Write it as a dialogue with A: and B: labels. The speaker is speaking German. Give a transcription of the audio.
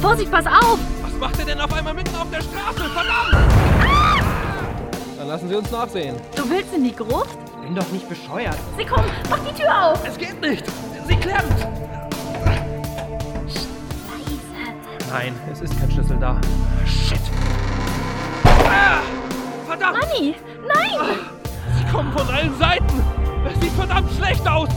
A: Vorsicht, pass auf!
B: Was macht er denn auf einmal mitten auf der Straße? Verdammt!
C: Dann lassen Sie uns nachsehen.
A: Du willst in die Gruft?
D: Ich bin doch nicht bescheuert.
A: Sie kommen! Mach die Tür auf!
B: Es geht nicht! Sie klemmt!
A: Scheiße!
B: Nein, es ist kein Schlüssel da. Shit! Ah, verdammt!
A: Manni! Nein!
B: Sie kommen von allen Seiten! Es sieht verdammt schlecht aus!